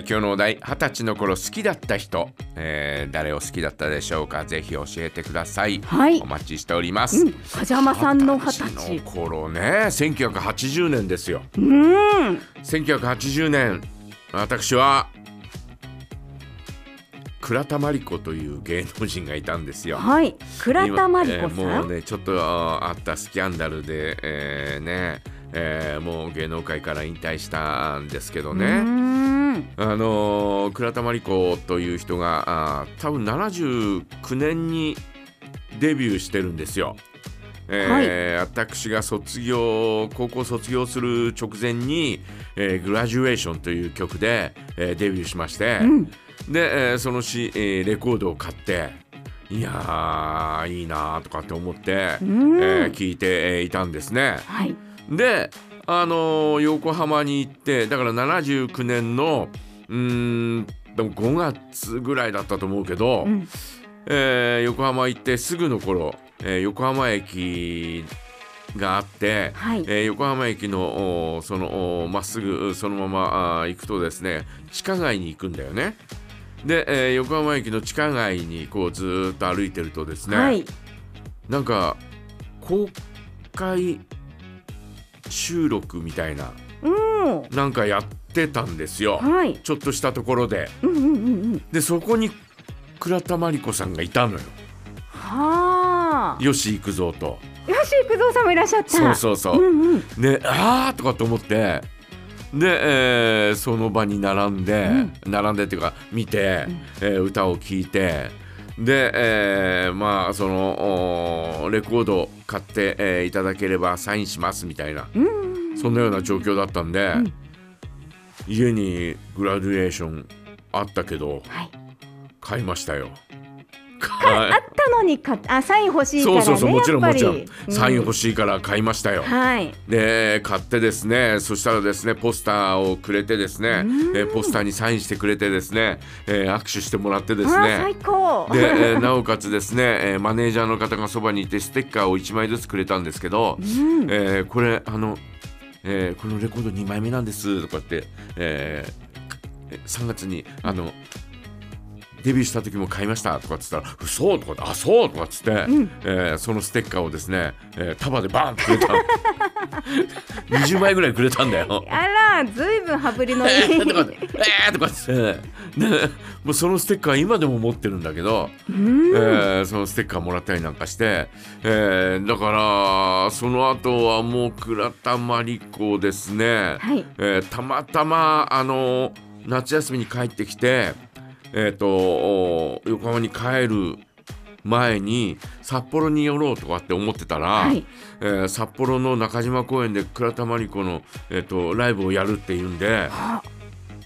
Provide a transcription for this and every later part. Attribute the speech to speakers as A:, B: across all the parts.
A: 今日のお題二十歳の頃好きだった人、えー誰を好きだったでしょうかぜひ教えてください、
B: はい
A: お待ちしております、
B: うん、風間さんの二十
A: 私
B: 歳
A: の。頃ね1980年ですよ
B: うん、
A: 1980年私は倉田真理子という芸能人がいたんですよ
B: はい、倉田真理
A: 今
B: 子
A: えー
B: さ。
A: もうんねちょっとあーあったスキャンダルで、えーねえーもう芸能界から引退したんですけど
B: う
A: ね、
B: ーん
A: あのー倉田真理子という人があー多分79年にデビューしてるんですよ。えー私が卒業高校卒業する直前に「えーグラジュエーション」という曲で、えーデビューしまして、
B: うん
A: で、えーそのし、えーレコードを買っていやーいいなーとかって思って、え
B: うん
A: ー聞いてえーいたんですね。
B: はい、
A: で、あのー横浜に行ってだから79年のうーんでも5月ぐらいだったと思うけど、
B: うん、
A: えー横浜行ってすぐの頃、えー横浜駅があって、
B: はい
A: えー横浜駅のおーそのおーまっすぐそのままあー行くとですね地下街に行くんだよね。で、えー横浜駅の地下街にこうずーっと歩いてるとですね、
B: はい、
A: なんか公開収録みたいな
B: うん、
A: なんかやってたんですよ、
B: はい、
A: ちょっとしたところで
B: うんうんうんうん、
A: でそこに倉田真理子さんがいたのよ
B: はあ。
A: よし行くぞと
B: 吉幾三さんもいらっしゃった。
A: そうそうそう
B: うんうん、
A: ねあーとかと思ってで、えーその場に並んで、並んでっていうか見て、えー歌を聴いてで、えーまあそのおーレコード買って、えーいただければサインしますみたいな、そんなような状況だったんで、家にグラデュエーションあったけど
B: はい。
A: 買いましたよ。
B: あ
A: 買い
B: ったのにか、あ、サイン欲しいから
A: そ
B: ね。
A: うそうそうもちろん
B: や
A: も
B: っぱ
A: ち
B: り
A: ろんサイン欲
B: し
A: しいから買いましたよ。
B: い。はい。
A: で買ってですねそしたらですねポスターをくれてですね、えーポスターにサインしてくれてですね、えー握手してもらってです
B: あー、
A: ね
B: 最高。
A: で、えーなおかつですね、えーマネージャーの方がそばにいてステッカーを1枚ずつくれたんですけど、
B: うん
A: えーこれあの、えーこのレコード2枚目なんですとかって、えー3月にあのデビューした時も買いましたとかっつったら「嘘?」とかって「あそう?」とかっつって、えーそのステッカーをですね、えー束でバーンってくれたの20枚ぐらいくれたんだよ。
B: あら、ずいぶん羽振りのい
A: え ー、とかっ
B: い。
A: てえー、とかっつってでもうそのステッカー今でも持ってるんだけど、えーそのステッカーもらったりなんかして、えーだからその後はもう倉田真理子ですね、
B: はい
A: えーたまたまあの夏休みに帰ってきて、えー、とお横浜に帰る前に札幌に寄ろうとかって思ってたら、
B: はい
A: えー札幌の中島公園で倉田真理子の、えー、とライブをやるっていうんで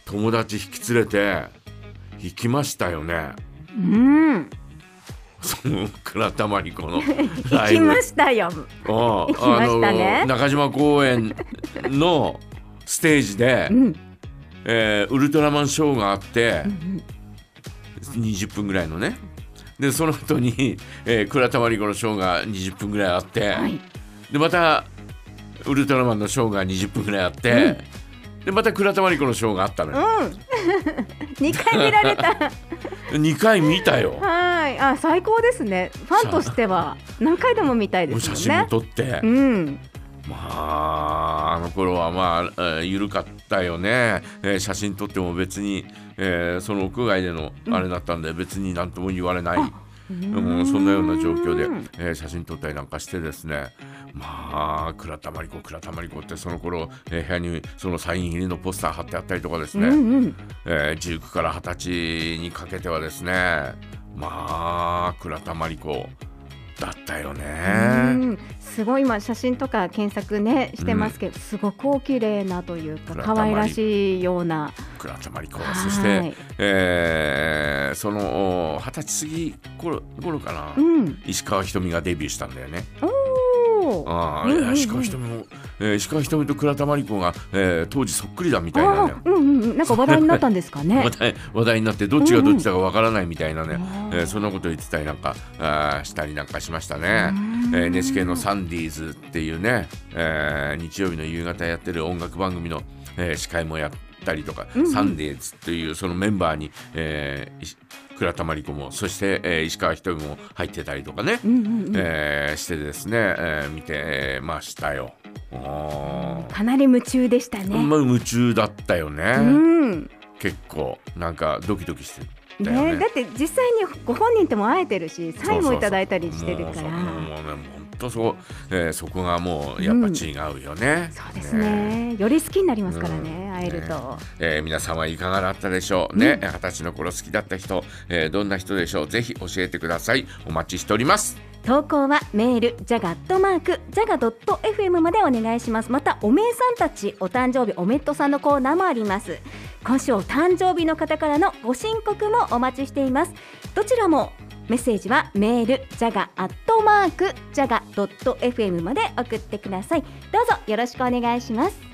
A: 友達引き連れて行きましたよね
B: うん。
A: その倉田真理 子の
B: 行
A: ライ
B: き
A: ブ。
B: ました
A: あ
B: よ。行きましたね
A: あの中島公園のステージで、
B: うん。
A: えーウルトラマンショーがあって、20分ぐらいのねでその後に、 えー倉田真理子のショーが20分ぐらいあって、
B: はい。
A: でまたウルトラマンのショーが20分ぐらいあって、でまた倉田真理子のショーがあったのよ、
B: 二回見られた。
A: 2回見たよ
B: はい。あ、最高ですね。ファンとしては何回でも見たい
A: も
B: で
A: う
B: す
A: 写
B: よ
A: 真も
B: ね。
A: 撮って、
B: うん。
A: まああの頃はまあ、えー緩かったよね、えー写真撮っても別に、えーその屋外でのあれだったんで別に何とも言われない、うん、そんなような状況で、えー写真撮ったりなんかしてですねまあ倉田真理子倉田真理子ってその頃、えー部屋にそのサイン入りのポスター貼ってあったりとかですね、
B: うんうん。
A: えー、19から20歳にかけてはですねまあ倉田真理子だったよね。
B: うんすごい今写真とか検索ねしてますけど、すごくお綺麗なという
A: これ
B: か
A: はた
B: 可
A: ま
B: 愛
A: に
B: らしいような
A: 倉田真理子
B: はい
A: そして、えーそのお20歳過ぎ頃頃かな、
B: うん
A: 石川ひとみがデビューしたんだよね。
B: おー
A: ああ、
B: うんうんうん
A: 石川ひとみも、えー石川ひとみと倉田真理子が、えー当時そっくりだみたいなね
B: あ。ーうんうんうんなんか話題になったんですかね
A: 話題話題になってどっちがどっちだかわからないみたいなね、
B: うん
A: えーそんなこと言ってたりなんかあーしたりなんかしましたね、えー NHK の「サンディーズ」っていうね、えー日曜日の夕方やってる音楽番組の、えー司会もやったりとか、
B: うんうん
A: サンデーズというそのメンバーに、えーいし倉田真理子もそして、えー石川ひとみも入ってたりとかね、
B: うんうんうん
A: えーしてですね、えー見てましたよ。あ
B: かなり夢中でした
A: ん
B: ね。
A: ま夢中だったよね、
B: うん
A: 結構なんかドキドキしてたよね
B: ね、だって実際にご本人とも会えてるしサインもいただいたりしてるから
A: そうそうそうもうそうもうね本当そう、えーそこがもうやっぱ違うよね、
B: そうですねより好きになりますからね、
A: うん
B: 会えると、
A: えー皆さんはいかがだったでしょうね二十、歳の頃好きだった人、えーどんな人でしょうぜひ教えてくださいお待ちしております
B: 投稿はメールジャガットマークジャガドット FM までお願いしますまたおめえさんたちお誕生日おめっとさんのコーナーもあります今週お誕生日の方からのご申告もお待ちしていますどちらもメッセージはメールジャガアットマークジャガドット FM まで送ってくださいどうぞよろしくお願いします